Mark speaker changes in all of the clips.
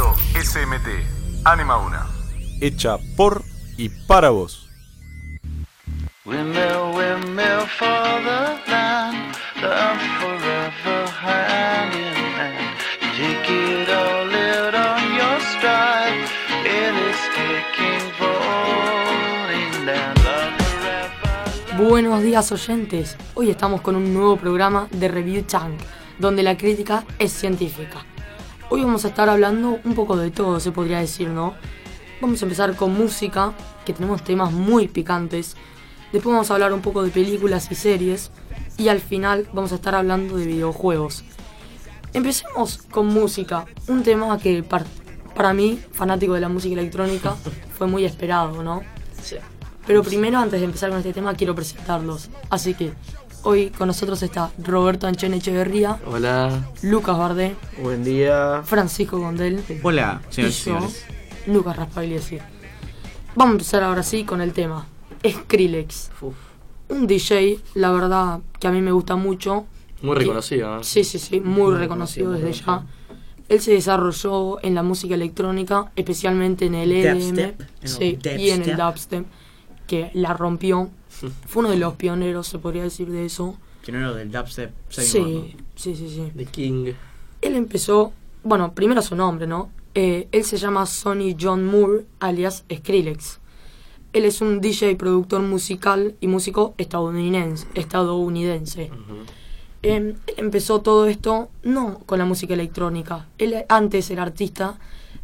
Speaker 1: XMT, Anima 1.
Speaker 2: Hecha por y para vos.
Speaker 3: Windmill, windmill for the land, love forever hand in hand. Take it all, it on your stride. It is taking falling down. Love forever.
Speaker 4: Buenos días oyentes, hoy estamos con un nuevo programa de Review Chunk, donde la crítica es científica. Hoy vamos a estar hablando un poco de todo, se podría decir, ¿no? Vamos a empezar con música, que tenemos temas muy picantes. Después vamos a hablar un poco de películas y series. Y al final vamos a estar hablando de videojuegos. Empecemos con música, un tema que par- para mí, fanático de la música electrónica, fue muy esperado, ¿no? Pero primero, antes de empezar con este tema, quiero presentarlos. Así que hoy con nosotros está Roberto Anchón Echeverría,
Speaker 5: Hola,
Speaker 4: Lucas Bardé,
Speaker 5: buen día.
Speaker 4: Francisco Gondel
Speaker 6: Hola,
Speaker 4: y
Speaker 6: señores y
Speaker 4: yo,
Speaker 6: señores.
Speaker 4: Lucas Raspagliesi. Vamos a empezar ahora sí con el tema. Skrillex.
Speaker 5: Uf,
Speaker 4: Un DJ, la verdad, que a mí me gusta mucho.
Speaker 5: muy reconocido, ¿no?
Speaker 4: Sí, sí, sí, ¿eh? muy reconocido desde ya. Él se desarrolló en la música electrónica, especialmente en el EDM
Speaker 7: Dubstep, en el
Speaker 4: sí, y en el
Speaker 7: dubstep.
Speaker 4: dubstep, que la rompió. Fue uno de los pioneros, se podría decir, de eso.
Speaker 7: Pionero del dubstep.
Speaker 4: Sí, sí, sí, sí.
Speaker 5: The King.
Speaker 4: Él empezó, bueno, primero su nombre, ¿no? Eh, él se llama Sonny John Moore, alias Skrillex. Él es un DJ, productor musical y músico estadounidense. estadounidense. Em, él empezó todo esto no con la música electrónica. Él eh, antes era artista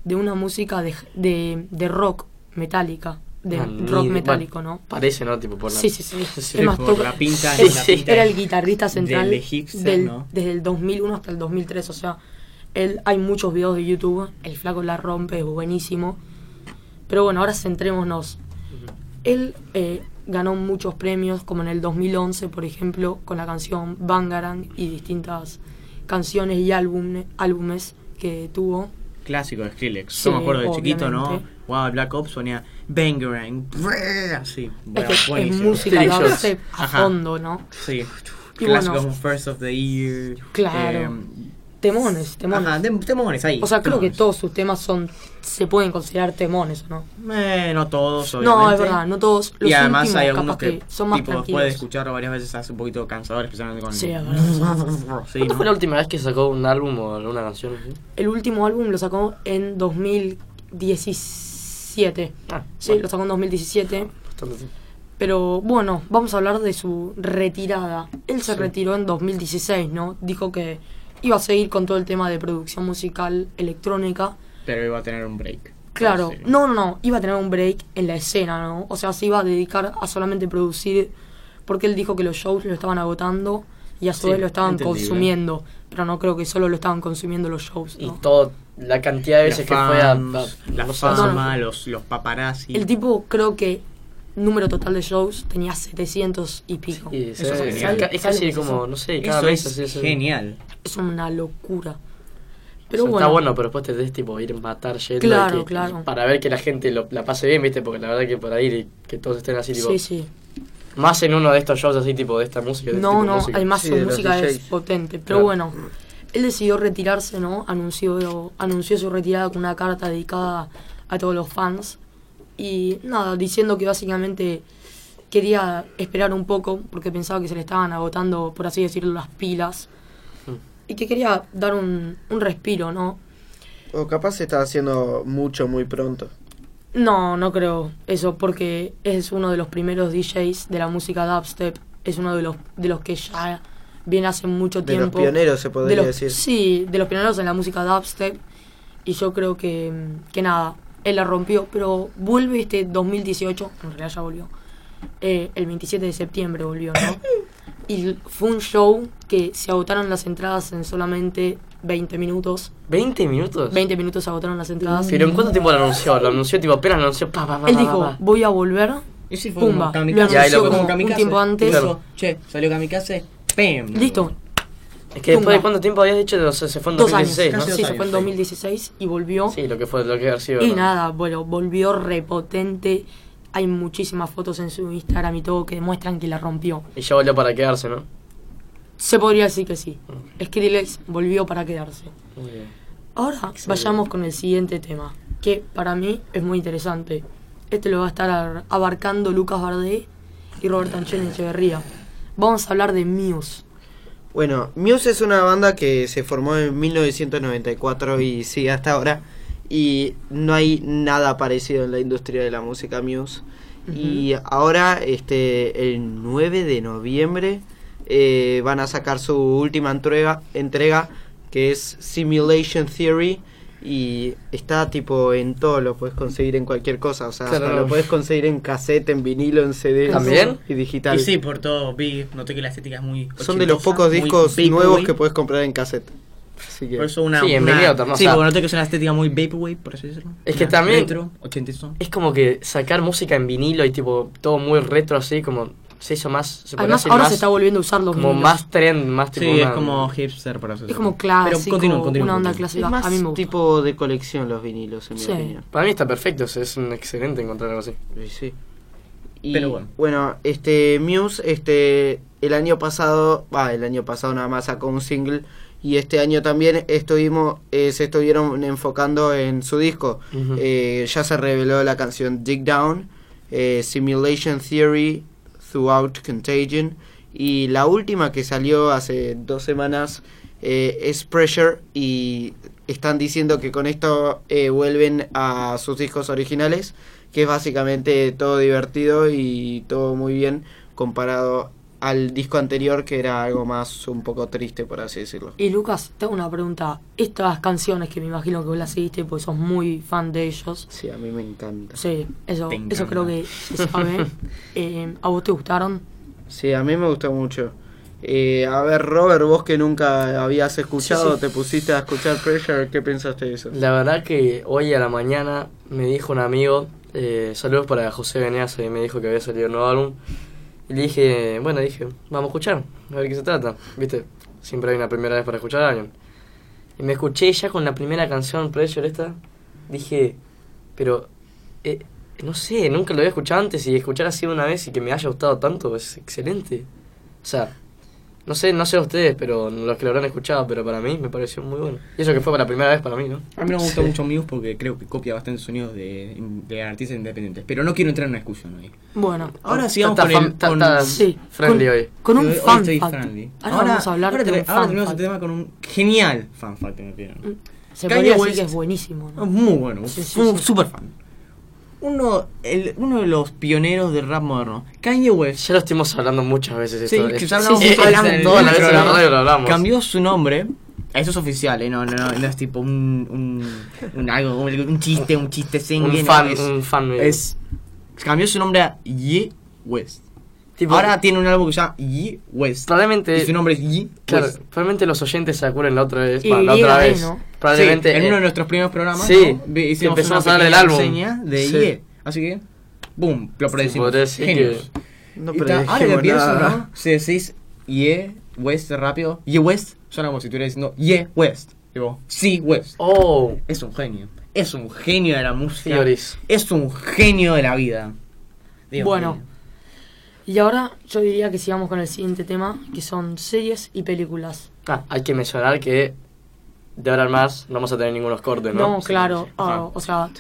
Speaker 4: de una música de, de- de rock metálica, de
Speaker 5: Ah, ni-
Speaker 4: rock
Speaker 5: bueno,
Speaker 4: metálico, ¿no?
Speaker 5: Parece, ¿no? Tipo por la.
Speaker 4: Sí, sí, sí.
Speaker 5: Sí,
Speaker 4: Es más,
Speaker 7: por
Speaker 4: toca-
Speaker 7: la pinta-
Speaker 4: Sí,
Speaker 7: la
Speaker 4: sí.
Speaker 7: pinta
Speaker 4: Era el guitarrista central
Speaker 7: del hipster,
Speaker 4: del-
Speaker 7: ¿no?
Speaker 4: desde el 2001 hasta el 2003. O sea, él, hay muchos videos de YouTube. El flaco la rompe, es buenísimo. Pero bueno, ahora centrémonos. Él eh, ganó muchos premios, como en el 2011, por ejemplo, con la canción Bangarang y distintas canciones y álbume- álbumes que tuvo.
Speaker 7: Clásico de Skrillex.
Speaker 4: Sí,
Speaker 7: Yo me acuerdo de chiquito, ¿no?
Speaker 4: obviamente.
Speaker 7: Wow, Black Ops ponía Bangarang. brrr, Así. Bueno,
Speaker 4: es que es
Speaker 7: buenísimo.
Speaker 4: música
Speaker 5: Sí, yo-
Speaker 4: dubstep a
Speaker 7: Ajá.
Speaker 4: fondo, ¿no?
Speaker 7: Sí.
Speaker 4: Y
Speaker 7: Clásico
Speaker 4: bueno.
Speaker 7: como First of the Year.
Speaker 4: Claro.
Speaker 7: eh,
Speaker 4: Temones, temones.
Speaker 7: Ajá, tem- temones ahí.
Speaker 4: O sea, creo que
Speaker 7: temones.
Speaker 4: todos sus temas son se pueden considerar temones, ¿no?
Speaker 7: Eh, no todos, obviamente.
Speaker 4: No, es verdad, no todos. Los
Speaker 7: y además
Speaker 4: últimos,
Speaker 7: hay algunos
Speaker 4: capaz
Speaker 7: que,
Speaker 4: que, son más
Speaker 7: tipo, después de
Speaker 4: tranquilos.
Speaker 7: escucharlo varias veces hace un poquito cansador, especialmente con...
Speaker 4: Sí, es
Speaker 7: Sí,
Speaker 5: ¿Cuándo
Speaker 7: ¿no?
Speaker 5: fue la última vez que sacó un álbum o alguna canción? así?
Speaker 4: El último álbum lo sacó en 2017.
Speaker 5: Ah,
Speaker 4: Sí,
Speaker 5: bueno,
Speaker 4: lo sacó en 2017.
Speaker 5: bastante tiempo.
Speaker 4: Pero bueno, vamos a hablar de su retirada. Él se retiró en 2016, ¿no? Dijo que iba a seguir con todo el tema de producción musical electrónica.
Speaker 7: Pero iba a tener un break.
Speaker 4: Claro,
Speaker 7: Sí.
Speaker 4: no, no, no, iba a tener un break en la escena, ¿no? O sea, se iba a dedicar a solamente producir, porque él dijo que los shows lo estaban agotando y a su
Speaker 5: Sí,
Speaker 4: vez lo estaban
Speaker 5: entendible.
Speaker 4: consumiendo, pero no creo que solo lo estaban consumiendo los shows,
Speaker 5: Y
Speaker 4: ¿no?
Speaker 5: todo, la cantidad de
Speaker 7: Los
Speaker 5: veces que fue a.
Speaker 7: fans,
Speaker 5: a-
Speaker 7: la
Speaker 5: los
Speaker 7: fama,
Speaker 4: fans.
Speaker 7: los, los paparazzi.
Speaker 4: El tipo creo que número total de shows tenía 700 y pico.
Speaker 5: Y
Speaker 7: Eso es
Speaker 5: se- es,
Speaker 7: genial.
Speaker 5: ca- es casi
Speaker 4: ¿Sabes lo que
Speaker 5: como,
Speaker 4: son?
Speaker 5: no sé, cada
Speaker 7: Eso
Speaker 5: vez
Speaker 7: es genial.
Speaker 4: Es una locura. Pero
Speaker 5: Pero
Speaker 4: bueno,
Speaker 5: Está bueno, pero después te des tipo ir a matar yendo y
Speaker 4: Claro,
Speaker 5: que-
Speaker 4: claro.
Speaker 5: para ver que la gente lo- la pase bien, ¿viste? Porque la verdad que por ahí que todos estén así, tipo,
Speaker 4: sí, sí.
Speaker 5: Más en uno de estos shows así, tipo de esta música. de este tipo
Speaker 4: No,
Speaker 5: de
Speaker 4: no,
Speaker 5: música.
Speaker 4: además
Speaker 5: Sí,
Speaker 4: su
Speaker 5: de los
Speaker 4: música es
Speaker 5: DJs.
Speaker 4: potente. Pero
Speaker 5: Claro.
Speaker 4: bueno, él decidió retirarse, ¿no? Anunció, anunció su retirada con una carta dedicada a todos los fans. Y nada, diciendo que básicamente quería esperar un poco porque pensaba que se le estaban agotando, por así decirlo, las pilas.
Speaker 5: Mm.
Speaker 4: Y que quería dar un, un respiro, ¿no?
Speaker 8: O capaz se está haciendo mucho muy pronto.
Speaker 4: No, no creo eso, porque es uno de los primeros DJs de la música dubstep. Es uno de los, de los que ya viene hace mucho
Speaker 8: De
Speaker 4: tiempo.
Speaker 8: los pioneros, se podría
Speaker 4: de los-
Speaker 8: decir.
Speaker 4: Sí, de los pioneros en la música dubstep. Y yo creo que, mm, que nada, él la rompió, pero vuelve este 2018, en realidad ya volvió. eh, el 27 de septiembre volvió, ¿no? Y fue un show que se agotaron las entradas en solamente 20 minutos.
Speaker 5: ¿20 minutos?
Speaker 4: 20 minutos se agotaron las entradas.
Speaker 5: ¿Pero en cuánto tiempo lo anunció? Lo anunció, tipo, apenas lo anunció, pa, pa, pa,
Speaker 4: Él
Speaker 5: pa,
Speaker 4: dijo,
Speaker 5: pa, pa.
Speaker 4: voy a volver.
Speaker 7: Y sí,
Speaker 4: Pumba. Lo
Speaker 7: kamikaze.
Speaker 5: Y ahí
Speaker 4: anunció
Speaker 5: lo fue
Speaker 4: como
Speaker 5: como
Speaker 4: un tiempo antes.
Speaker 5: Claro.
Speaker 7: Che, salió Kamikaze. ¡Pam!
Speaker 4: Listo.
Speaker 5: Es que después
Speaker 4: tumba.
Speaker 5: de cuánto tiempo habías dicho, No sé, se fue en
Speaker 4: Dos años.
Speaker 5: 2016,
Speaker 7: casi
Speaker 4: sí,
Speaker 7: dos
Speaker 4: se fue en
Speaker 7: años, sí.
Speaker 4: 2016 y volvió.
Speaker 5: ¿no? Sí, lo que fue, lo que ha sido.
Speaker 4: y
Speaker 5: ¿no?
Speaker 4: nada, bueno, volvió repotente. Hay muchísimas fotos en su Instagram y todo que demuestran que la rompió.
Speaker 5: Y ya volvió para quedarse, ¿no?
Speaker 4: Se podría decir que sí. Skrillex volvió para quedarse. Ahora vayamos con el siguiente tema, que para mí es muy interesante. Este lo va a estar ar- abarcando Lucas Bardet y Roberto Anchel Echeverría. Vamos a hablar de Muse.
Speaker 8: Bueno, Muse es una banda que se formó en 1994 y sigue hasta ahora. Y no hay nada parecido en la industria de la música Muse. Y ahora, este, el 9 de noviembre, eh, van a sacar su última entrega, entrega, que es Simulation Theory. Y está tipo en todo, lo puedes conseguir en cualquier cosa. O sea, hasta
Speaker 5: Claro.
Speaker 8: lo puedes conseguir en cassette, en vinilo, en CD.
Speaker 5: ¿También?
Speaker 8: Y digital.
Speaker 7: Y sí, por todo vi, noté que la estética es muy.
Speaker 8: Son de los
Speaker 7: ochentosa,
Speaker 8: pocos
Speaker 7: muy
Speaker 8: discos
Speaker 7: vaporwave.
Speaker 8: nuevos que puedes comprar en cassette. Así que-
Speaker 7: Por eso una.
Speaker 5: Sí, en
Speaker 7: una-
Speaker 5: vinilo también,
Speaker 7: Sí,
Speaker 5: o sea-
Speaker 7: porque noté que es una estética muy vaporwave, por así decirlo.
Speaker 5: Es que
Speaker 7: Una
Speaker 5: también-
Speaker 7: Retro, ochentosa.
Speaker 5: Es como que sacar música en vinilo y tipo todo muy retro así, como se hizo más. Se podría
Speaker 4: Además,
Speaker 5: decir
Speaker 4: ahora
Speaker 5: más-
Speaker 4: se está volviendo a usar los
Speaker 5: Como
Speaker 4: vinilos.
Speaker 5: más trend, más tipo.
Speaker 7: Sí, es
Speaker 5: una-
Speaker 7: como hipster, por así
Speaker 4: Es
Speaker 7: decirlo.
Speaker 4: como clásico,
Speaker 7: Pero continúen, continúen,
Speaker 4: una onda
Speaker 7: continúen.
Speaker 4: clásica.
Speaker 8: es más
Speaker 4: a mí me gusta.
Speaker 8: tipo de colección los vinilos, en mi
Speaker 4: Sí.
Speaker 8: opinión.
Speaker 5: Para mí está perfecto, o sea, es un excelente encontrar algo así.
Speaker 8: Y sí. Y,
Speaker 7: Pero bueno.
Speaker 8: este Muse, este el año pasado, va, el año pasado nada más sacó un single y este año también estuvimos eh, se estuvieron enfocando en su disco.
Speaker 5: Ujú.
Speaker 8: Eh, ya se reveló la canción Dig Down, eh, Simulation Theory, Throughout Contagion y la última que salió hace dos semanas eh, es Pressure y están diciendo que con esto eh, vuelven a sus discos originales que es básicamente todo divertido y todo muy bien comparado al disco anterior que era algo más un poco triste por así decirlo.
Speaker 4: Y Lucas, te hago una pregunta. Estas canciones que me imagino que vos las seguiste porque sos muy fan de ellos.
Speaker 8: Sí, a mí me encanta.
Speaker 4: Sí, eso,
Speaker 7: Te
Speaker 4: eso
Speaker 7: encanta.
Speaker 4: creo que se sabe. Eh, ¿A vos te gustaron?
Speaker 8: Sí, a mí me gustó mucho. Eh, a ver, Robert, vos que nunca habías escuchado, te pusiste a escuchar Pressure, ¿qué pensaste de eso?
Speaker 5: La verdad que hoy a la mañana me dijo un amigo, eh, saludos para José Venegas, y me dijo que había salido un nuevo álbum. Y le dije, bueno, dije, vamos a escuchar, a ver qué se trata. Viste, siempre hay una primera vez para escuchar a alguien. Y me escuché ya con la primera canción, Pressure, esta. Dije, pero, eh, no sé, nunca lo había escuchado antes y escuchar así una vez y que me haya gustado tanto es excelente. O sea, no sé, no sé a ustedes, pero los que lo habrán escuchado, pero para mí me pareció muy bueno. Y eso que fue la primera vez para mí, ¿no?
Speaker 7: A mí no me gusta mucho Muse porque creo que copia bastante sonidos de, de artistas independientes. Pero no quiero entrar en una discusión hoy.
Speaker 4: Bueno,
Speaker 7: Ahora sigamos
Speaker 5: Está
Speaker 7: con el.
Speaker 5: Oh, fam- está-
Speaker 7: con-
Speaker 5: está-
Speaker 4: sí.
Speaker 5: Friendly
Speaker 4: con,
Speaker 5: hoy.
Speaker 4: Con un
Speaker 7: Ah, hoy
Speaker 4: fan
Speaker 7: estoy
Speaker 4: fact.
Speaker 7: friendly.
Speaker 4: Ahora, vamos a hablar
Speaker 7: ahora
Speaker 4: de
Speaker 7: te-
Speaker 4: un
Speaker 7: ahora
Speaker 4: fan
Speaker 7: tenemos
Speaker 4: fact.
Speaker 7: el tema con un genial fan fact, en mi opinión.
Speaker 4: Se
Speaker 7: Kanye
Speaker 4: podría decir
Speaker 7: West.
Speaker 4: que es buenísimo, ¿no?
Speaker 7: Ah, Muy bueno,
Speaker 4: Sí, sí,
Speaker 7: fue un
Speaker 4: sí.
Speaker 7: super fan. Uno, el- uno de los pioneros del rap moderno, Kanye West.
Speaker 5: Ya lo estuvimos hablando muchas veces
Speaker 7: Sí,
Speaker 5: esto.
Speaker 7: que
Speaker 5: Es-
Speaker 7: ya hablamos
Speaker 4: sí,
Speaker 7: mucho
Speaker 4: sí,
Speaker 7: de
Speaker 4: hablamos
Speaker 7: eso en el
Speaker 5: todas las veces en la
Speaker 7: programa.
Speaker 5: radio lo hablamos.
Speaker 7: Cambió su nombre. Eso es oficial, ¿eh? no, no, no, no es tipo un, un, un algo, un, un chiste, un chiste
Speaker 5: un
Speaker 7: sanguíneo,
Speaker 5: fan,
Speaker 7: es-
Speaker 5: un fan medio.
Speaker 7: es cambió su nombre a Ye West.
Speaker 5: Tipo-
Speaker 7: Ahora tiene un álbum que se llama Ye West.
Speaker 5: Probablemente-
Speaker 7: Y su nombre es Ye
Speaker 5: eh, Claro,
Speaker 7: West.
Speaker 5: probablemente los oyentes se acuerden la otra vez.
Speaker 4: Y
Speaker 5: bueno, la otra
Speaker 4: diga,
Speaker 5: vez.
Speaker 4: ¿no?
Speaker 5: Probablemente.
Speaker 7: Sí, en
Speaker 5: eh,
Speaker 7: uno de nuestros primeros programas
Speaker 5: sí,
Speaker 7: ¿no? Vi-
Speaker 5: que
Speaker 7: hicimos
Speaker 5: empezamos
Speaker 7: una
Speaker 5: a hablar del
Speaker 7: pequeña
Speaker 5: álbum.
Speaker 7: reseña de
Speaker 5: Sí.
Speaker 7: Ye. Así que, boom, lo predecimos.
Speaker 5: eh, podría decir
Speaker 7: Genios.
Speaker 8: No
Speaker 7: Y está- ahora
Speaker 8: predijimos
Speaker 7: que pienso,
Speaker 8: nada.
Speaker 7: ¿no? Si decís Ye West rápido, Ye West suena como si estuviera diciendo Ye West. Digo, sí, West.
Speaker 5: Oh,
Speaker 7: Es un genio. Es un genio de la música.
Speaker 5: Señores.
Speaker 7: Es un genio de la vida. Dios
Speaker 4: Bueno.
Speaker 7: mío.
Speaker 4: Y ahora yo diría que sigamos con el siguiente tema, que son series y películas.
Speaker 5: ah, hay que mencionar que de ahora en más no vamos a tener ningunos cortes, ¿no?
Speaker 4: No, claro,
Speaker 7: sí,
Speaker 4: ah,
Speaker 7: ajá.
Speaker 4: o sea,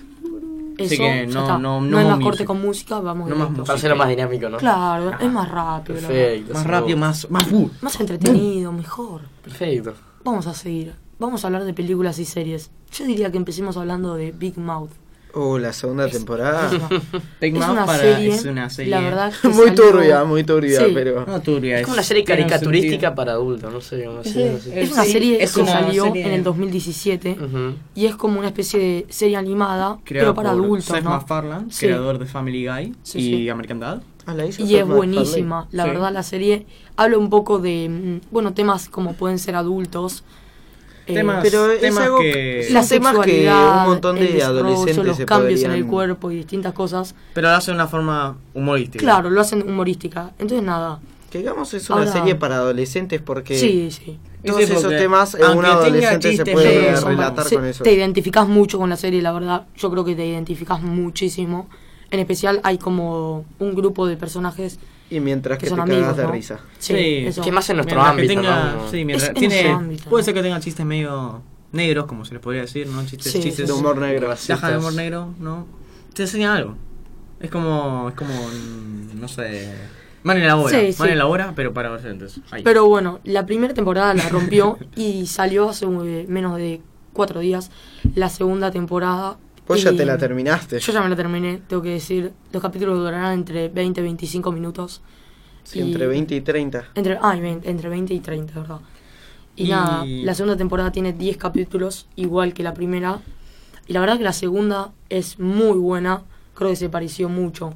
Speaker 4: eso
Speaker 7: Así
Speaker 4: ya
Speaker 7: que no-
Speaker 4: está. No,
Speaker 7: no- no
Speaker 4: hay más
Speaker 7: music.
Speaker 4: corte con música, vamos
Speaker 7: No más
Speaker 4: directo.
Speaker 7: música.
Speaker 5: Para hacerlo más dinámico, ¿no?
Speaker 4: Claro,
Speaker 7: Ah,
Speaker 4: es más rápido. la verdad.
Speaker 5: Perfecto.
Speaker 7: Más
Speaker 5: seguro.
Speaker 7: rápido, más. Más. uh.
Speaker 4: Más entretenido, mejor.
Speaker 5: Perfecto.
Speaker 4: Vamos a seguir. Vamos a hablar de películas y series. Yo diría que empecemos hablando de Big Mouth.
Speaker 8: Oh, la segunda temporada.
Speaker 7: Ah, Big
Speaker 4: es,
Speaker 7: Mouth
Speaker 4: una
Speaker 7: para-
Speaker 4: serie,
Speaker 7: es una serie.
Speaker 4: La verdad que
Speaker 8: muy
Speaker 4: salió-
Speaker 8: turbia, muy turbia,
Speaker 4: Sí.
Speaker 8: pero
Speaker 7: No turbia,
Speaker 5: Es como una serie
Speaker 7: tiene un
Speaker 5: caricaturística
Speaker 7: sentido.
Speaker 5: para adultos, no sé cómo
Speaker 7: Sí,
Speaker 5: se llama. así.
Speaker 4: Es una
Speaker 7: Sí,
Speaker 4: serie
Speaker 7: es
Speaker 4: que
Speaker 7: una
Speaker 4: salió
Speaker 7: serie-
Speaker 4: en el 2017
Speaker 5: Ujú.
Speaker 4: y es como una especie de serie animada,
Speaker 7: Creada
Speaker 4: pero para
Speaker 7: por
Speaker 4: adultos,
Speaker 7: Seth
Speaker 4: ¿no?
Speaker 7: MacFarlane,
Speaker 4: Sí.
Speaker 7: creador de Family Guy
Speaker 4: Sí,
Speaker 7: y
Speaker 4: sí.
Speaker 7: American Dad.
Speaker 8: Ah, la hizo
Speaker 4: Y
Speaker 8: Seth
Speaker 4: es
Speaker 8: MacFarlane.
Speaker 4: buenísima, la
Speaker 7: Sí.
Speaker 4: verdad la serie habla un poco de, mm, bueno, temas como pueden ser adultos. eh,
Speaker 7: Temas-
Speaker 8: Pero es
Speaker 7: temas
Speaker 8: algo
Speaker 7: que-
Speaker 8: son
Speaker 4: la
Speaker 8: temas que
Speaker 4: sexualidad,
Speaker 8: un montón
Speaker 4: el
Speaker 8: de
Speaker 4: desarrollo,
Speaker 8: adolescentes
Speaker 4: los
Speaker 8: se
Speaker 4: cambios en el
Speaker 8: podrían-
Speaker 4: cuerpo y distintas cosas.
Speaker 7: Pero lo hace de una forma humorística.
Speaker 4: Claro, lo hacen humorística. Entonces nada.
Speaker 8: Que digamos es una
Speaker 4: Ahora-
Speaker 8: serie para adolescentes porque
Speaker 4: Sí, sí.
Speaker 7: Y
Speaker 8: todos
Speaker 7: sí,
Speaker 8: esos
Speaker 7: porque
Speaker 8: temas eh, un
Speaker 7: aunque tenga
Speaker 8: adolescente se
Speaker 7: chistes
Speaker 8: puede
Speaker 7: feos,
Speaker 4: Sí, son
Speaker 8: relatar
Speaker 4: buenos.
Speaker 8: con
Speaker 4: Sí,
Speaker 8: eso.
Speaker 4: Te identificas mucho con la serie, la verdad. Yo creo que te identificas muchísimo. En especial hay como un grupo de personajes
Speaker 8: Y mientras
Speaker 4: que,
Speaker 8: que te
Speaker 4: son
Speaker 8: cagas
Speaker 4: amigos,
Speaker 8: de
Speaker 4: ¿no?
Speaker 8: risa.
Speaker 4: Sí,
Speaker 7: Sí.
Speaker 4: eso.
Speaker 5: Que más en nuestro
Speaker 7: Mientras que
Speaker 5: ámbito,
Speaker 7: tenga-
Speaker 5: ¿no?
Speaker 7: sí, mientras-
Speaker 4: en
Speaker 7: tiene-
Speaker 4: nuestro ámbito,
Speaker 7: Puede
Speaker 4: ¿no?
Speaker 7: ser que tenga chistes medio negros, como se les podría decir, ¿no? Chistes,
Speaker 4: Sí,
Speaker 7: chistes
Speaker 8: de
Speaker 4: sí,
Speaker 8: humor negro.
Speaker 7: Laja de humor negro, ¿no? Te enseña algo. Es como, es como, mm, no sé. Man en la hora,
Speaker 4: Sí,
Speaker 7: man
Speaker 4: sí.
Speaker 7: en la hora, pero para adolescentes. Ahí.
Speaker 4: Pero bueno, la primera temporada la rompió y salió hace eh, menos de cuatro días la segunda temporada.
Speaker 8: Vos
Speaker 4: y-
Speaker 8: ya te la terminaste.
Speaker 4: Yo ya me la terminé, tengo que decir. Los capítulos durarán entre 20 y 25 minutos.
Speaker 8: Sí, entre 20 y 30.
Speaker 4: Entre, ay, 20, entre 20 y 30, ¿verdad? Y,
Speaker 7: Y-
Speaker 4: nada, la segunda temporada tiene 10 capítulos, igual que la primera. Y la verdad que la segunda es muy buena, creo que se pareció mucho.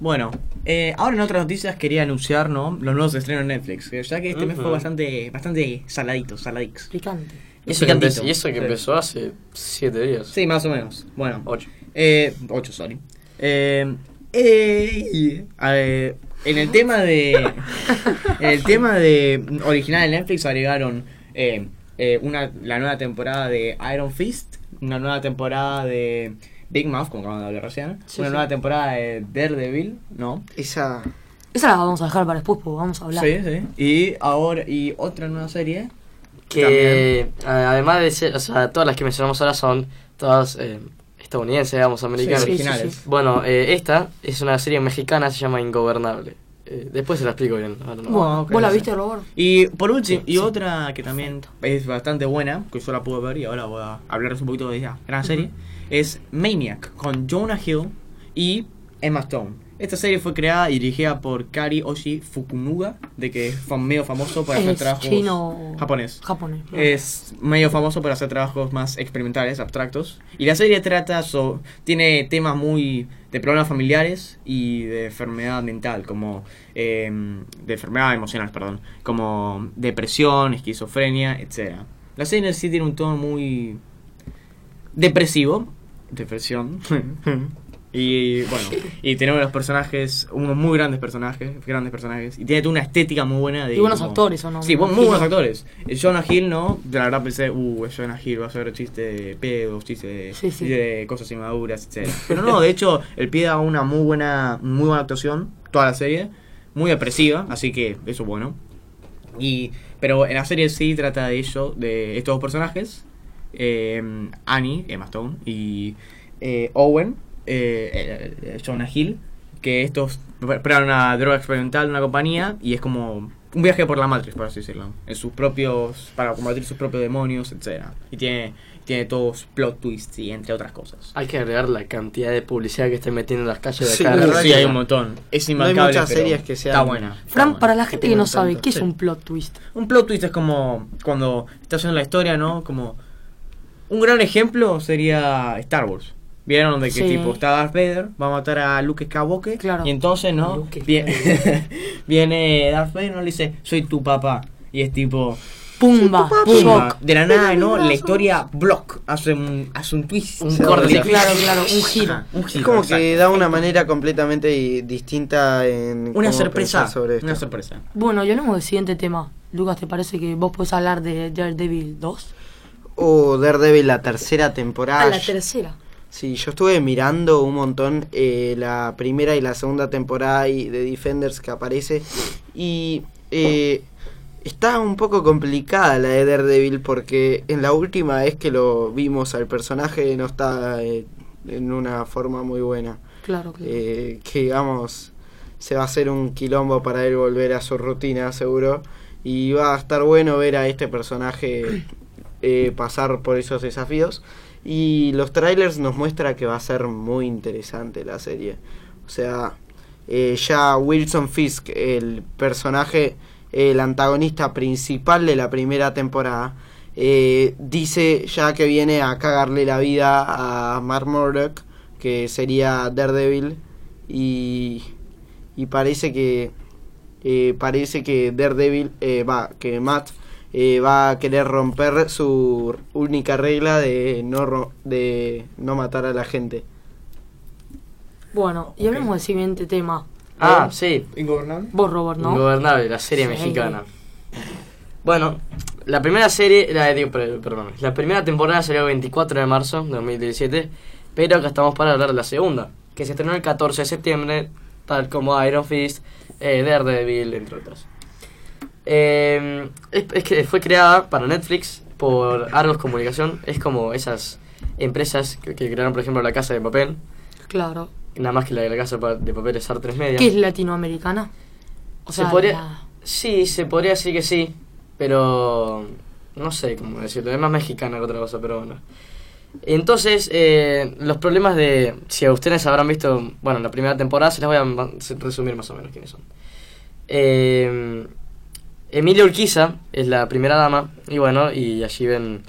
Speaker 7: Bueno, eh, ahora en otras noticias quería anunciar, ¿no? Los nuevos estrenos de Netflix. que Ya que este mes fue bastante, bastante saladito, saladix.
Speaker 4: Picante.
Speaker 5: Y eso que,
Speaker 7: Picantito.
Speaker 5: empe- y eso que
Speaker 7: Sí.
Speaker 5: empezó hace 7 días.
Speaker 7: Sí, más o menos. Bueno.
Speaker 5: 8.
Speaker 7: Eh, 8, sorry. Eh, eh, y, a ver, en el tema de. en el tema de. Original de Netflix agregaron eh, eh, una, la nueva temporada de Iron Fist, una nueva temporada de Big Mouth, como acabamos de hablar recién,
Speaker 4: Sí,
Speaker 7: una
Speaker 4: sí.
Speaker 7: nueva temporada de Daredevil, ¿no?
Speaker 8: Esa.
Speaker 4: Esa la vamos a dejar para después, porque vamos a hablar.
Speaker 7: Sí, sí. Y ahora. Y otra nueva serie.
Speaker 5: Que a- además de ser, o sea, todas las que mencionamos ahora son todas eh, estadounidenses, digamos, americanas.
Speaker 4: sí, sí.
Speaker 7: originales.
Speaker 5: Bueno, eh, esta es una serie mexicana, se llama Ingobernable. Eh, después se la explico bien. ahora no.
Speaker 4: Bueno,
Speaker 7: Ah, ok,
Speaker 4: ¿Vos la
Speaker 7: sí.
Speaker 4: viste, Robert?
Speaker 7: Y por último,
Speaker 5: Sí,
Speaker 7: y
Speaker 5: sí.
Speaker 7: otra que también es bastante buena, que yo la pude ver y ahora voy a hablarles un poquito de ella, gran serie, es Maniac con Jonah Hill y Emma Stone. Esta serie fue creada y dirigida por Kari Oshi Fukunaga, de que es fam- medio famoso por hacer
Speaker 4: Es
Speaker 7: trabajos
Speaker 4: chino.
Speaker 7: japonés.
Speaker 4: Japonés. ¿no?
Speaker 7: Es medio famoso por hacer trabajos más experimentales, abstractos. Y la serie trata so, tiene temas muy de problemas familiares y de enfermedad mental, como eh, de enfermedad emocional, perdón, como depresión, esquizofrenia, etcétera. La serie en sí tiene un tono muy depresivo, depresión. Y bueno, y tenemos los personajes, unos muy grandes personajes, grandes personajes, y tiene toda una estética muy buena de...
Speaker 4: Y buenos actores, ¿o no? Me
Speaker 7: Sí, bu- muy
Speaker 4: imagino.
Speaker 7: buenos actores. Eh, Jonah Hill, ¿no? Yo la verdad pensé, uh, es Jonah Hill va a hacer chiste de pedos, chiste de,
Speaker 4: Sí, sí.
Speaker 7: chiste de cosas inmaduras, etc. Pero no, de hecho, el pie da una muy buena, muy buena actuación, toda la serie, muy depresiva, así que eso es bueno. Y, pero en la serie sí trata de ello, de estos dos personajes, eh, Annie, Emma Stone, y eh, Owen, eh, eh, eh, Jonah Hill, que estos preparan una droga experimental de una compañía y es como un viaje por la Matrix, por así decirlo, en sus propios, para combatir sus propios demonios, etcétera Y tiene, tiene todos plot twists y entre otras cosas.
Speaker 5: Hay que agregar la cantidad de publicidad que están metiendo en las calles de
Speaker 8: Sí,
Speaker 5: acá.
Speaker 8: la verdad
Speaker 7: sí,
Speaker 8: que
Speaker 7: hay
Speaker 8: no.
Speaker 7: un montón. Es
Speaker 8: No hay
Speaker 7: inmarcable,
Speaker 8: muchas
Speaker 7: pero
Speaker 8: series que sean-
Speaker 7: Está buena. está
Speaker 4: Fran,
Speaker 7: buena.
Speaker 4: para la gente que no sabe, ¿qué es
Speaker 7: Sí.
Speaker 4: un plot twist?
Speaker 7: Un plot twist es como cuando estás en la historia, ¿no? Como un gran ejemplo sería Star Wars. ¿Vieron donde que
Speaker 4: Sí.
Speaker 7: tipo está Darth Vader, va a matar a Luke Skywalker
Speaker 4: Claro.
Speaker 7: y entonces, ¿no?
Speaker 4: Luke
Speaker 7: Vie- viene Darth Vader no le dice, "Soy tu papá." Y es tipo
Speaker 4: Pumba,
Speaker 7: ¡pum!
Speaker 4: Ah, shock.
Speaker 7: De la nada, ¿no? La historia block hace un hace un twist,
Speaker 5: Un corte,
Speaker 4: claro, claro, un giro.
Speaker 7: Ajá, un
Speaker 8: Es
Speaker 7: giro,
Speaker 8: como
Speaker 7: exacto.
Speaker 8: que da una manera completamente i- distinta en.
Speaker 7: una
Speaker 8: cómo
Speaker 7: sorpresa,
Speaker 8: pensar sobre esto.
Speaker 7: una sorpresa.
Speaker 4: Bueno, y hablemos del siguiente tema. Lucas, ¿te parece que vos podés hablar de Daredevil 2?
Speaker 8: Oh, Daredevil, la tercera temporada.
Speaker 4: A
Speaker 7: Ah,
Speaker 4: la tercera.
Speaker 8: Sí, yo estuve mirando un montón eh, la primera y la segunda temporada y- de Defenders que aparece. Y eh, está un poco complicada la de Daredevil porque en la última vez que lo vimos al personaje no está eh, en una forma muy buena.
Speaker 4: Claro, claro.
Speaker 8: Eh, que digamos se va a hacer un quilombo para él volver a su rutina seguro y va a estar bueno ver a este personaje eh, pasar por esos desafíos y los trailers nos muestra que va a ser muy interesante la serie o sea eh, ya Wilson Fisk el personaje el antagonista principal de la primera temporada eh, dice ya que viene a cagarle la vida a Mark Murdock que sería Daredevil y, y parece que eh, parece que Daredevil eh, va que Matt eh, va a querer romper su única regla de no ro- de no matar a la gente
Speaker 4: Bueno, y hablemos del siguiente tema.
Speaker 5: Ah, sí.
Speaker 7: Ingobernable.
Speaker 4: Vos, Robert, ¿no?
Speaker 5: Ingobernable, la serie
Speaker 4: Sí.
Speaker 5: mexicana. Bueno, la primera serie, la, digo, per- perdón, la primera temporada salió el 24 de marzo de 2017, pero acá estamos para hablar de la segunda, que se estrenó el 14 de septiembre, tal como Iron Fist, eh, Em, Daredevil, entre otros. Eh, es, es que fue creada para Netflix por Argos Comunicación es como esas empresas que, que crearon, por ejemplo, la Casa de Papel.
Speaker 4: Claro.
Speaker 5: Nada más que la, la Casa de Pa- de Papel es Artes Media.
Speaker 4: ¿Qué es latinoamericana? O sea,
Speaker 5: se podría,
Speaker 4: la-
Speaker 5: Sí, se podría decir que sí, pero no sé cómo decirlo, es más mexicana que otra cosa, pero bueno. Entonces, eh, los problemas de, si ustedes habrán visto, bueno, la primera temporada, se las voy a ma- se- resumir más o menos quiénes son. Eh, Emilia Urquiza es la primera dama, y bueno, y allí ven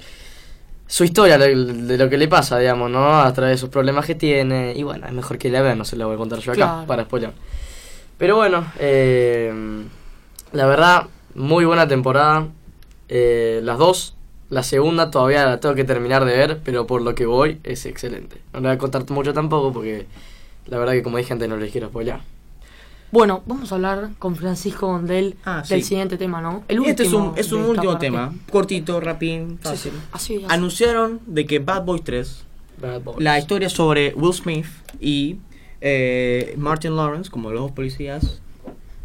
Speaker 5: su historia, lo- de lo que le pasa, digamos, ¿no? A través de sus problemas que tiene, y bueno, es mejor que la vean, no se la voy a contar yo acá,
Speaker 4: Claro.
Speaker 5: para spoiler. Pero bueno, eh, la verdad, muy buena temporada. eh, las dos. La segunda todavía la tengo que terminar de ver, pero por lo que voy es excelente. No le voy a contar mucho tampoco porque la verdad que como dije antes no les quiero spoilear.
Speaker 4: Bueno, vamos a hablar con Francisco Gondel
Speaker 7: Ah,
Speaker 4: del
Speaker 7: sí.
Speaker 4: siguiente tema, ¿no? El
Speaker 7: Este es un,
Speaker 4: último
Speaker 7: es un
Speaker 4: de esta
Speaker 7: último
Speaker 4: parte.
Speaker 7: tema, cortito, rapín,
Speaker 4: Sí,
Speaker 7: fácil.
Speaker 4: sí. Así es.
Speaker 7: Anunciaron de que Bad Boys 3,
Speaker 5: Bad Boys.
Speaker 7: la historia sobre Will Smith y eh, Martin Lawrence, como los dos policías,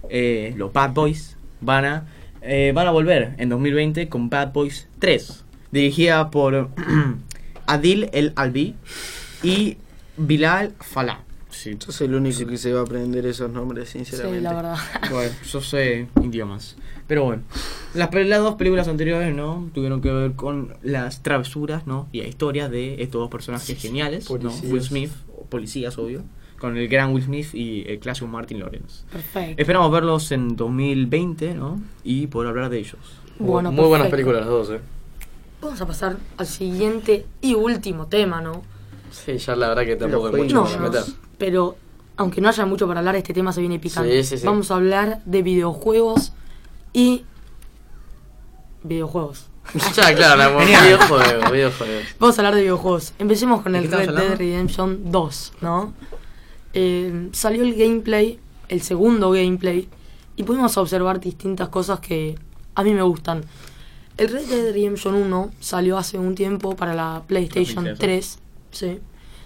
Speaker 7: eh, los Bad Boys, van a, eh, van a volver en 2020 con Bad Boys 3, dirigida por Adil El Albi y Bilal Falah. Sí,
Speaker 8: Yo soy el único que se va a aprender esos nombres, sinceramente.
Speaker 4: Sí, la verdad.
Speaker 7: Bueno, yo sé idiomas. Pero bueno, las, pe- las dos películas anteriores, ¿no? Tuvieron que ver con las travesuras, ¿no? Y la historia de estos dos personajes geniales, ¿no?
Speaker 5: Policías.
Speaker 7: Will Smith, o policías, obvio, con el gran Will Smith y el clásico Martin Lawrence.
Speaker 4: Perfecto.
Speaker 7: Esperamos verlos en 2020, ¿no? Y poder hablar de ellos.
Speaker 4: Bueno,
Speaker 5: muy buenas
Speaker 4: perfecto.
Speaker 5: películas las dos, eh.
Speaker 4: Vamos a pasar al siguiente y último tema, ¿no?
Speaker 5: Sí, ya la verdad que tampoco hay
Speaker 8: Pero
Speaker 5: mucho
Speaker 4: No,
Speaker 5: para
Speaker 4: no,
Speaker 5: meter.
Speaker 4: pero aunque no haya mucho para hablar, este tema se viene picante.
Speaker 5: Sí, sí, sí.
Speaker 4: Vamos a hablar de videojuegos y. videojuegos.
Speaker 5: ya, claro, la videojuegos, videojuegos.
Speaker 4: Vamos a hablar de videojuegos. Empecemos con
Speaker 7: ¿De
Speaker 4: el
Speaker 7: qué estamos
Speaker 4: Red Dead
Speaker 7: hablando?
Speaker 4: Redemption 2, ¿no? Eh, salió el gameplay, el segundo gameplay, y pudimos observar distintas cosas que a mí me gustan. El Red Dead Redemption 1 salió hace un tiempo para la PlayStation
Speaker 7: 2013.
Speaker 4: 3, sí.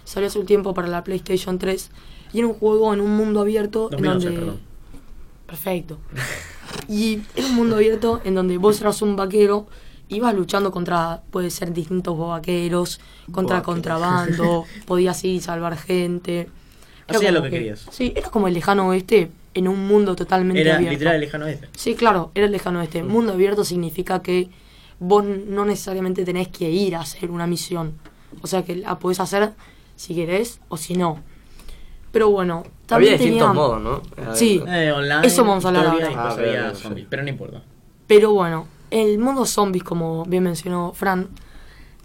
Speaker 4: Salió hace un tiempo para la PlayStation 3 y era un juego en un mundo abierto en
Speaker 7: 2011,
Speaker 4: donde-
Speaker 7: perdón.
Speaker 4: Perfecto. Y era un mundo abierto en donde vos eras un vaquero y vas luchando contra, puede ser distintos vaqueros, contra
Speaker 7: Vaqueros.
Speaker 4: contrabando, podías ir y salvar gente. Era
Speaker 7: Hacías
Speaker 4: como
Speaker 7: lo que querías.
Speaker 4: Sí, era como el lejano oeste en un mundo totalmente abierto.
Speaker 7: lejano este.
Speaker 4: Sí, claro, era el lejano
Speaker 7: Mm.
Speaker 4: oeste. Mundo abierto significa que vos no necesariamente tenés que ir a hacer una misión. O sea que la podés hacer si querés o si no. Pero bueno,
Speaker 5: Había
Speaker 4: también
Speaker 5: distintos
Speaker 4: tenía-
Speaker 5: modos, ¿no? A
Speaker 4: Sí.
Speaker 5: ver,
Speaker 7: Eh, online,
Speaker 4: Eso vamos a hablar
Speaker 7: historia,
Speaker 4: ahora.
Speaker 7: y después
Speaker 5: Ah,
Speaker 7: había
Speaker 5: pero-
Speaker 7: zombies, pero no importa.
Speaker 4: Pero bueno, el mundo zombies, como bien mencionó Fran,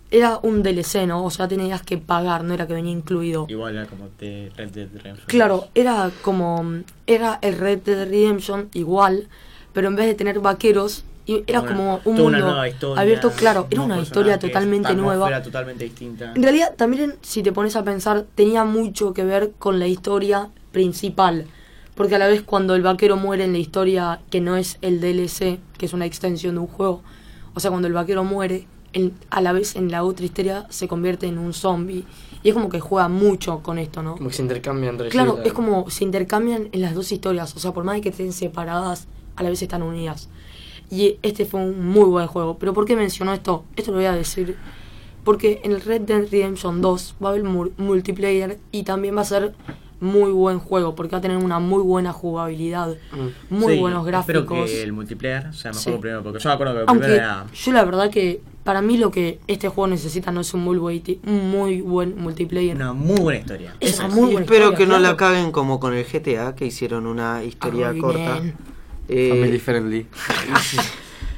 Speaker 4: era un DLC, ¿no? O sea, tenías que pagar, no era que venía incluido.
Speaker 7: Igual era como te Red Dead Redemption.
Speaker 4: Claro, era como. mm, Era el Red Dead Redemption igual, pero en vez de tener vaqueros, y- era
Speaker 7: Una-
Speaker 4: como un
Speaker 7: toda una
Speaker 4: mundo
Speaker 7: nueva historia,
Speaker 4: abierto, claro, era
Speaker 7: nuevos
Speaker 4: una historia
Speaker 7: personajes,
Speaker 4: totalmente
Speaker 7: una
Speaker 4: nueva.
Speaker 7: atmósfera totalmente distinta.
Speaker 4: En realidad, también si te pones a pensar, tenía mucho que ver con la historia principal. Porque a la vez cuando el vaquero muere en la historia que no es el DLC, que es una extensión de un juego, o sea, cuando el vaquero muere, el- a la vez en la otra historia se convierte en un zombie. Y es como que juega mucho con esto, ¿no?
Speaker 5: Como que se intercambian entre
Speaker 4: Claro,
Speaker 5: sí,
Speaker 4: es como se intercambian en las dos historias. O sea, por más de que estén separadas, a la vez están unidas. Y este fue un muy buen juego. Pero ¿por qué menciono esto? Esto lo voy a decir. Porque en el Red Dead Redemption 2 va a haber mu- multiplayer y también va a ser muy buen juego. Porque va a tener una muy buena jugabilidad.
Speaker 5: Mm.
Speaker 4: Muy
Speaker 7: Sí,
Speaker 4: buenos
Speaker 7: Espero
Speaker 4: gráficos.
Speaker 7: que el multiplayer sea mejor
Speaker 4: Sí.
Speaker 7: que el primero, porque yo me acuerdo que el primero
Speaker 4: Aunque
Speaker 7: era.
Speaker 4: yo la verdad que para mí lo que este juego necesita no es un muy buen, un muy buen multiplayer.
Speaker 7: Una muy buena historia.
Speaker 4: Es una
Speaker 8: Sí,
Speaker 4: muy buena
Speaker 8: espero
Speaker 4: historia,
Speaker 8: que no
Speaker 4: claro. Ah,
Speaker 8: la caguen como con el GTA, que hicieron una historia
Speaker 4: Arruinen.
Speaker 8: corta.
Speaker 5: Family
Speaker 8: Eh,
Speaker 5: friendly.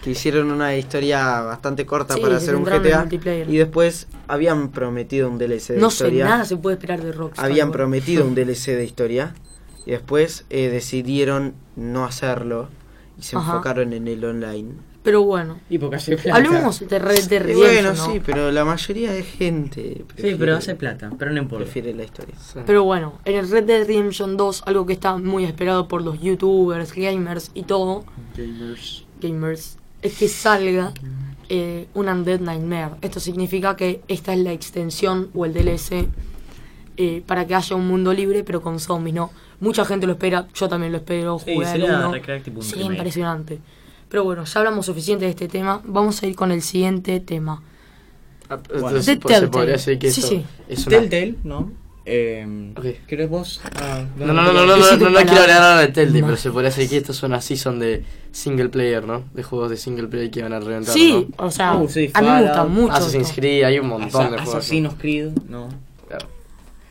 Speaker 8: que hicieron una historia bastante corta
Speaker 4: Sí,
Speaker 8: para
Speaker 4: que
Speaker 8: hacer un
Speaker 4: tendrán el
Speaker 8: GTA.
Speaker 4: multiplayer.
Speaker 8: Y después habían prometido un DLC de
Speaker 4: No
Speaker 8: este,
Speaker 4: sé,
Speaker 8: historia.
Speaker 4: nada se puede esperar de Rockstar.
Speaker 8: habían
Speaker 4: igual.
Speaker 8: prometido un DLC de historia. Y después eh, decidieron no hacerlo. Y se
Speaker 4: Ajá.
Speaker 8: enfocaron en el online.
Speaker 4: Pero bueno.
Speaker 7: Y porque hace plata.
Speaker 4: Hablemos de Red Dead
Speaker 8: Y
Speaker 4: Redemption,
Speaker 8: bueno,
Speaker 4: ¿no?
Speaker 8: sí, pero la mayoría de gente
Speaker 7: Sí,
Speaker 8: prefiere,
Speaker 7: pero hace plata, pero no importa.
Speaker 8: prefiere la historia.
Speaker 4: Pero bueno, en el Red Dead Redemption 2, algo que está muy esperado por los youtubers, gamers y todo,
Speaker 5: Gamers.
Speaker 4: gamers, es que salga eh, un Undead Nightmare. Esto significa que esta es la extensión o el DLC eh, para que haya un mundo libre, pero con zombies, ¿no? Mucha gente lo espera, yo también lo espero,
Speaker 7: Sí,
Speaker 4: jugué al
Speaker 7: sería
Speaker 4: uno.
Speaker 7: Recreative un
Speaker 4: Sí,
Speaker 7: remake.
Speaker 4: impresionante. Pero bueno, ya hablamos suficiente de este tema. Vamos a ir con el siguiente tema.
Speaker 5: Ah,
Speaker 7: Bueno.
Speaker 5: se,
Speaker 4: The
Speaker 5: po- se
Speaker 4: Telltale.
Speaker 5: podría decir que
Speaker 4: Sí,
Speaker 5: esto
Speaker 4: sí.
Speaker 5: es una...
Speaker 7: Telltale, ¿no? Eh,
Speaker 5: Ok.
Speaker 7: ¿Quieres vos? Ah,
Speaker 5: No, no, no, no, no, no,
Speaker 4: Yo
Speaker 5: no,
Speaker 4: siento
Speaker 5: no quiero
Speaker 4: palabras
Speaker 5: hablar ahora de Telltale, pero
Speaker 4: más.
Speaker 5: se podría decir que esto es una season de single player, ¿no? De juegos de single player que van a reventar,
Speaker 4: Sí,
Speaker 5: ¿no?
Speaker 4: o sea,
Speaker 7: Oh, sí,
Speaker 4: a mí me
Speaker 7: Fallout,
Speaker 4: gusta mucho.
Speaker 5: Assassin's
Speaker 4: esto.
Speaker 5: Creed, hay un montón
Speaker 7: Asa-
Speaker 5: de juegos.
Speaker 7: Asesinos Creed, no.
Speaker 5: Claro.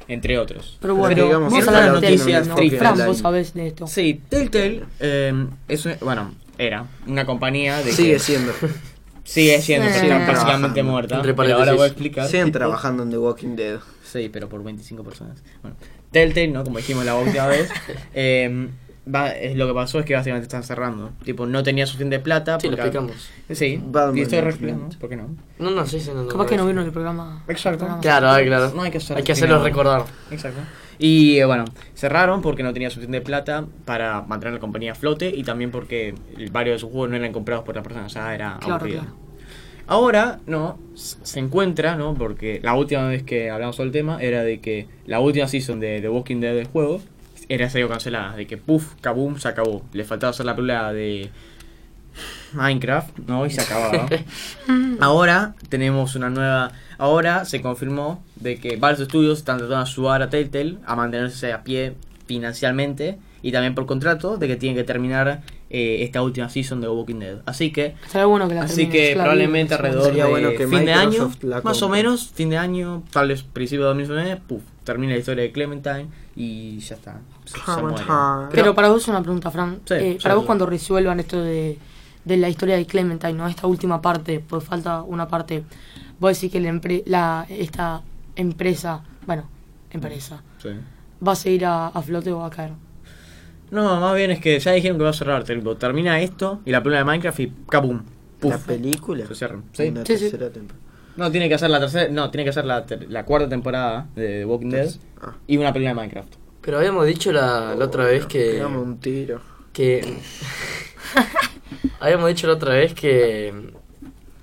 Speaker 7: Entre otros.
Speaker 4: Pero bueno,
Speaker 8: Pero digamos
Speaker 4: vamos
Speaker 8: que
Speaker 4: a hablar
Speaker 8: Fallout
Speaker 4: de
Speaker 8: tiene
Speaker 4: Telltale,
Speaker 8: un
Speaker 4: ¿no?
Speaker 8: enfoque
Speaker 4: Fran,
Speaker 8: online.
Speaker 4: vos sabés de esto.
Speaker 7: Sí, Telltale eh, es un- bueno, era una compañía de
Speaker 8: Sigue
Speaker 7: que
Speaker 8: siendo.
Speaker 7: sigue siendo,
Speaker 4: Sí.
Speaker 7: que está básicamente
Speaker 8: Trabajando.
Speaker 7: muerta.
Speaker 5: Entre
Speaker 7: Pero ahora
Speaker 5: paréntesis.
Speaker 7: voy a explicar.
Speaker 8: Siguen
Speaker 7: tipo-
Speaker 8: trabajando en The Walking Dead.
Speaker 7: Sí, pero por 25 personas. Bueno, Telltale, ¿no? Como dijimos la última vez. eh, va- eh, lo que pasó es que básicamente están cerrando. Tipo, no tenía suficiente plata.
Speaker 5: Sí, lo
Speaker 7: porque-
Speaker 5: explicamos.
Speaker 7: Sí,
Speaker 8: Batman,
Speaker 7: y estoy
Speaker 8: ¿no?
Speaker 7: re explicando, ¿Por qué no?
Speaker 5: No, no, sí, sí, no, no.
Speaker 4: Capaz que no vieron el programa.
Speaker 7: Exacto.
Speaker 4: el programa.
Speaker 5: Claro, ah, claro.
Speaker 7: No hay que hacer-
Speaker 5: Hay que hacerlo recordar.
Speaker 7: Exacto. Y eh, bueno, cerraron porque no tenía suficiente plata para mantener la compañía a flote y también porque varios de sus juegos no eran comprados por la persona, o sea, era
Speaker 4: Claro,
Speaker 7: aburrido.
Speaker 4: claro.
Speaker 7: Ahora, no, s- se encuentra, ¿no? Porque la última vez que hablamos sobre el tema era de que la última season de The Walking Dead del juego era serio cancelada, de que puff, kaboom, se acabó. Le faltaba hacer la pelea de Minecraft, ¿no? Y se acababa.
Speaker 8: Mm.
Speaker 7: Ahora tenemos una nueva. Ahora se confirmó de que varios estudios están tratando de ayudar a Telltale a mantenerse a pie financieramente y también por contrato de que tienen que terminar eh, esta última season de The Walking Dead. Así que,
Speaker 4: Estaría bueno que la
Speaker 7: así
Speaker 4: termines,
Speaker 7: que
Speaker 4: claro,
Speaker 7: probablemente
Speaker 4: sí.
Speaker 7: alrededor
Speaker 8: Sería
Speaker 7: de
Speaker 8: bueno que
Speaker 7: fin de año,
Speaker 8: Microsoft la
Speaker 7: más o
Speaker 8: compre.
Speaker 7: menos fin de año, tal vez principio de 2019, puff, termina la historia de Clementine y ya está. Se, se muere.
Speaker 8: Clementine.
Speaker 4: Pero para vos una pregunta, Fran.
Speaker 7: Sí,
Speaker 4: Eh,
Speaker 7: sí,
Speaker 4: para vos
Speaker 7: sí.
Speaker 4: cuando resuelvan esto de, de la historia de Clementine, ¿no? Esta última parte, pues falta una parte. Vos decís que la, empre- la- esta empresa, bueno, empresa,
Speaker 7: Sí.
Speaker 4: ¿va a seguir a, a flote o va a caer?
Speaker 7: No, más bien es que ya dijeron que va a cerrar, tipo, termina esto y la película de Minecraft y kabum. Puff.
Speaker 8: La película.
Speaker 7: Se cierra. Sí.
Speaker 8: Una
Speaker 4: Sí, sí.
Speaker 8: tercera temporada.
Speaker 7: No, tiene que hacer la tercera, no, tiene que hacer la, ter- la cuarta temporada de The Walking Dead
Speaker 8: Ah.
Speaker 7: y una película de Minecraft.
Speaker 5: Pero habíamos dicho la, la otra vez
Speaker 7: Eh,
Speaker 5: que...
Speaker 8: Pegamos un tiro.
Speaker 5: que habíamos dicho la otra vez que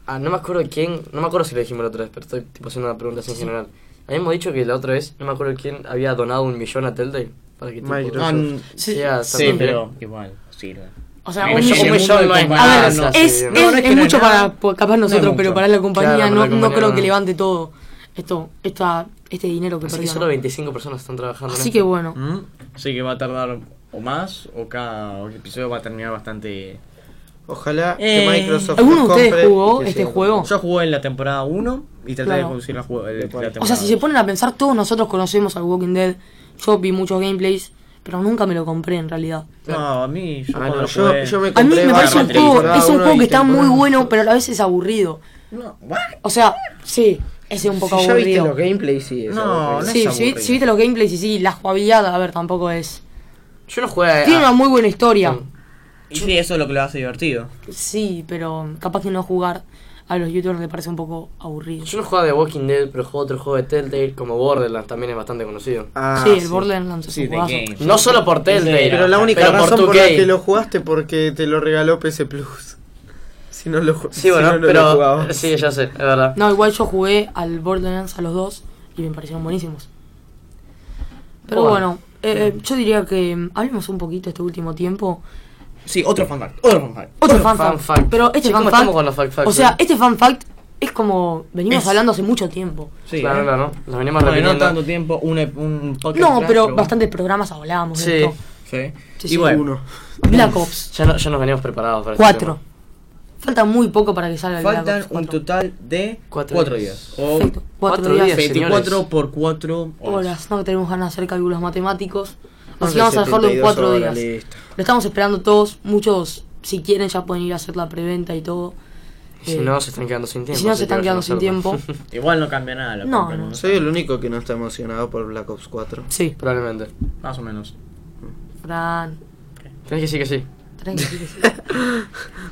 Speaker 5: ah, no me acuerdo quién no me acuerdo si lo dijimos la otra vez pero estoy tipo haciendo una pregunta así en general habíamos dicho que la otra vez no me acuerdo quién había donado un millón a Telltale para que tipo,
Speaker 8: Microsoft.
Speaker 7: Ah, n-
Speaker 5: Sí, ya,
Speaker 7: sí,
Speaker 5: también.
Speaker 7: pero igual, sirve.
Speaker 4: O sea,
Speaker 7: Mira,
Speaker 4: un
Speaker 7: sí,
Speaker 4: millón-
Speaker 7: sí,
Speaker 4: un
Speaker 7: sí.
Speaker 4: millón-
Speaker 7: no es
Speaker 4: a ver,
Speaker 7: no,
Speaker 4: es,
Speaker 5: sí,
Speaker 4: es-
Speaker 5: no,
Speaker 7: no es que
Speaker 4: es
Speaker 7: no es
Speaker 4: mucho
Speaker 7: nada.
Speaker 4: para por- capaz nosotros,
Speaker 7: mucho.
Speaker 4: pero para la compañía
Speaker 5: Claro, para
Speaker 4: no,
Speaker 5: la compañía
Speaker 4: no creo
Speaker 5: no.
Speaker 4: que levante todo esto, esta, este dinero que
Speaker 5: así que
Speaker 4: perdieron.
Speaker 5: solo 25 personas están trabajando en
Speaker 4: Así
Speaker 5: esto.
Speaker 4: que bueno,
Speaker 7: Mm, Así que va a tardar o más o cada episodio va a terminar bastante...
Speaker 8: Ojalá
Speaker 7: Eh,
Speaker 8: que Microsoft.
Speaker 4: ¿alguno
Speaker 8: los
Speaker 4: de ustedes
Speaker 8: compre
Speaker 4: jugó
Speaker 8: y que
Speaker 4: este
Speaker 8: siga
Speaker 4: juego?
Speaker 8: con-
Speaker 7: Yo jugué en la temporada 1 y traté
Speaker 4: Claro.
Speaker 7: de conseguir la, jue- el- la temporada
Speaker 4: O sea, si se ponen a pensar, todos nosotros conocemos al Walking Dead. Yo vi muchos gameplays, pero nunca me lo compré en realidad.
Speaker 7: No, a mí yo
Speaker 8: Ah,
Speaker 7: cuando
Speaker 8: no,
Speaker 7: lo
Speaker 8: yo,
Speaker 7: jugué-
Speaker 8: yo me
Speaker 4: A mí
Speaker 8: compré
Speaker 4: me parece un
Speaker 7: Batman,
Speaker 4: juego,
Speaker 8: temporada
Speaker 4: es un
Speaker 8: uno
Speaker 4: juego
Speaker 8: y
Speaker 4: que está muy
Speaker 8: temporada
Speaker 4: bueno,
Speaker 8: dos.
Speaker 4: pero a la vez es aburrido.
Speaker 7: No, ¿what?
Speaker 4: O sea, sí, ese es un poco
Speaker 8: si ya viste los
Speaker 4: aburrido.
Speaker 8: gameplays, sí. es
Speaker 7: No,
Speaker 8: aburrido.
Speaker 7: no es
Speaker 4: Sí, sí,
Speaker 7: aburrido.
Speaker 4: sí viste los gameplays y sí, la jugabilidad, a ver, tampoco es.
Speaker 5: yo no jugué a-
Speaker 4: Tiene una muy buena historia.
Speaker 7: Y sí, eso es lo que lo hace divertido.
Speaker 4: Sí, pero capaz que no jugar a los youtubers le parece un poco aburrido.
Speaker 5: yo no jugaba de Walking Dead pero juego otro juego de Telltale como Borderlands también es bastante conocido
Speaker 8: Ah,
Speaker 4: sí, el Borderlands es
Speaker 7: Sí,
Speaker 4: un
Speaker 7: de
Speaker 4: juegazo.
Speaker 7: games.
Speaker 5: no solo por Telltale
Speaker 8: Pero la única
Speaker 5: pero
Speaker 8: razón por,
Speaker 5: 2K.
Speaker 8: la que lo jugaste porque te lo regaló PS Plus. Si no lo ju-
Speaker 5: sí bueno
Speaker 8: si no, no lo
Speaker 5: pero
Speaker 8: jugabas.
Speaker 5: sí ya sé es verdad
Speaker 4: No, igual yo jugué al Borderlands a los dos y me parecieron buenísimos. Pero bueno, eh, eh, yo diría que mm, hablemos un poquito este último tiempo.
Speaker 7: Sí, otro fanfact, otro fanfact.
Speaker 4: Otro
Speaker 5: Otro
Speaker 4: fan,
Speaker 5: fan
Speaker 4: fact,
Speaker 5: fact.
Speaker 4: Pero este
Speaker 5: Sí,
Speaker 4: fan
Speaker 5: ¿cómo
Speaker 4: fact.
Speaker 5: estamos con los fact facts,
Speaker 4: o sea,
Speaker 5: eh?
Speaker 4: este fan fact es como venimos
Speaker 7: Es-
Speaker 4: hablando hace mucho tiempo.
Speaker 7: Sí,
Speaker 5: claro
Speaker 7: eh.
Speaker 5: claro no nos venimos
Speaker 7: Bueno, no
Speaker 5: repitiendo.
Speaker 7: tanto tiempo, un, ep- un podcast.
Speaker 4: no,
Speaker 7: atrás,
Speaker 4: pero bastantes programas hablábamos
Speaker 5: Sí.
Speaker 4: de esto.
Speaker 7: Sí.
Speaker 4: Sí,
Speaker 7: y
Speaker 4: sí.
Speaker 7: bueno,
Speaker 8: Uno.
Speaker 4: Black Ops
Speaker 5: Ya, no- ya nos veníamos preparados para este
Speaker 4: 4.
Speaker 5: tema.
Speaker 4: Falta muy poco para que salga el Black
Speaker 7: faltan
Speaker 4: Ops
Speaker 7: un
Speaker 4: 4.
Speaker 7: total de
Speaker 5: Cuatro
Speaker 7: 4
Speaker 5: días.
Speaker 7: días. O
Speaker 4: Perfecto. Cuatro
Speaker 5: Cuatro
Speaker 4: días.
Speaker 5: días, señores.
Speaker 7: 24 por 4 horas.
Speaker 4: horas, no tenemos ganas de hacer cálculos matemáticos.
Speaker 8: No
Speaker 4: Así
Speaker 8: sé,
Speaker 4: que vamos a dejarlo en
Speaker 8: 72
Speaker 4: cuatro
Speaker 8: horas,
Speaker 4: días.
Speaker 8: listo.
Speaker 4: Lo estamos esperando todos. Muchos, si quieren, ya pueden ir a hacer la preventa y todo.
Speaker 5: Y Si
Speaker 4: Eh,
Speaker 5: no, se están quedando sin tiempo.
Speaker 4: si no,
Speaker 5: así
Speaker 4: se están
Speaker 5: que
Speaker 4: quedando
Speaker 5: vayan
Speaker 4: sin
Speaker 5: a
Speaker 4: tiempo.
Speaker 5: hacerlo.
Speaker 7: Igual no cambia nada la
Speaker 4: No,
Speaker 7: compra,
Speaker 4: no.
Speaker 8: Soy el único que no está emocionado por Black Ops 4.
Speaker 4: Sí,
Speaker 5: Probablemente.
Speaker 7: Más o menos.
Speaker 4: Fran.
Speaker 5: Tienes que decir que sí.
Speaker 4: Tranquilo.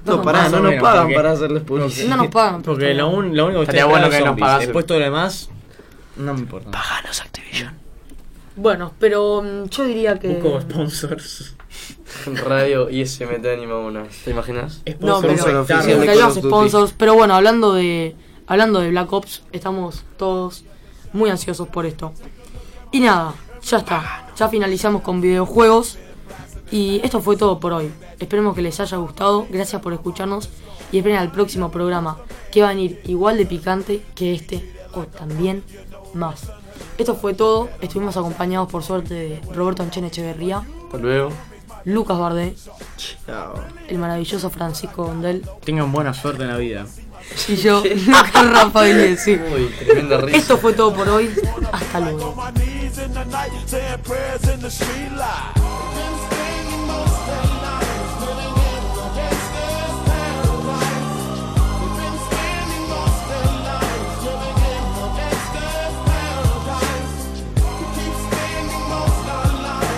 Speaker 8: No,
Speaker 4: No,
Speaker 8: pará,
Speaker 7: más
Speaker 8: no
Speaker 7: o
Speaker 8: nos
Speaker 7: menos,
Speaker 8: pagan
Speaker 7: porque-
Speaker 8: para hacerles publicidad.
Speaker 4: No nos pagan.
Speaker 7: Porque lo, un, lo único que
Speaker 5: Estaría
Speaker 7: ustedes
Speaker 5: bueno
Speaker 7: esperan
Speaker 5: que
Speaker 7: son
Speaker 5: nos
Speaker 7: zombies.
Speaker 5: pagasen.
Speaker 7: Después todo lo demás, no me importa.
Speaker 4: Bueno, pero mm, yo diría que.
Speaker 7: Busco sponsors.
Speaker 5: Radio ISM te anima una. ¿Te imaginas?
Speaker 4: No,
Speaker 7: Sponsors
Speaker 8: Sponsor
Speaker 4: pero.
Speaker 7: externos.
Speaker 8: oficial de
Speaker 4: necesitamos
Speaker 8: Call of Duty.
Speaker 4: sponsors. Pero bueno, hablando de. Hablando de Black Ops, estamos todos muy ansiosos por esto. Y nada, ya está. Ya finalizamos con videojuegos. Y esto fue todo por hoy. Esperemos que les haya gustado, gracias por escucharnos y esperen al próximo programa que va a venir igual de picante que este o también más. Esto fue todo, estuvimos acompañados por suerte de Roberto Anchen Echeverría,
Speaker 5: Hasta luego.
Speaker 4: Lucas Bardet,
Speaker 8: Chao.
Speaker 4: el maravilloso Francisco Gondel
Speaker 7: Tengan buena suerte en la vida.
Speaker 4: y yo, Lucas Rafa Díez, sí.
Speaker 5: Uy, tremenda risa.
Speaker 4: Esto fue todo por hoy, hasta luego.
Speaker 6: my knees in the night, saying prayers in the street light.
Speaker 1: Radio SMT, Anima 1.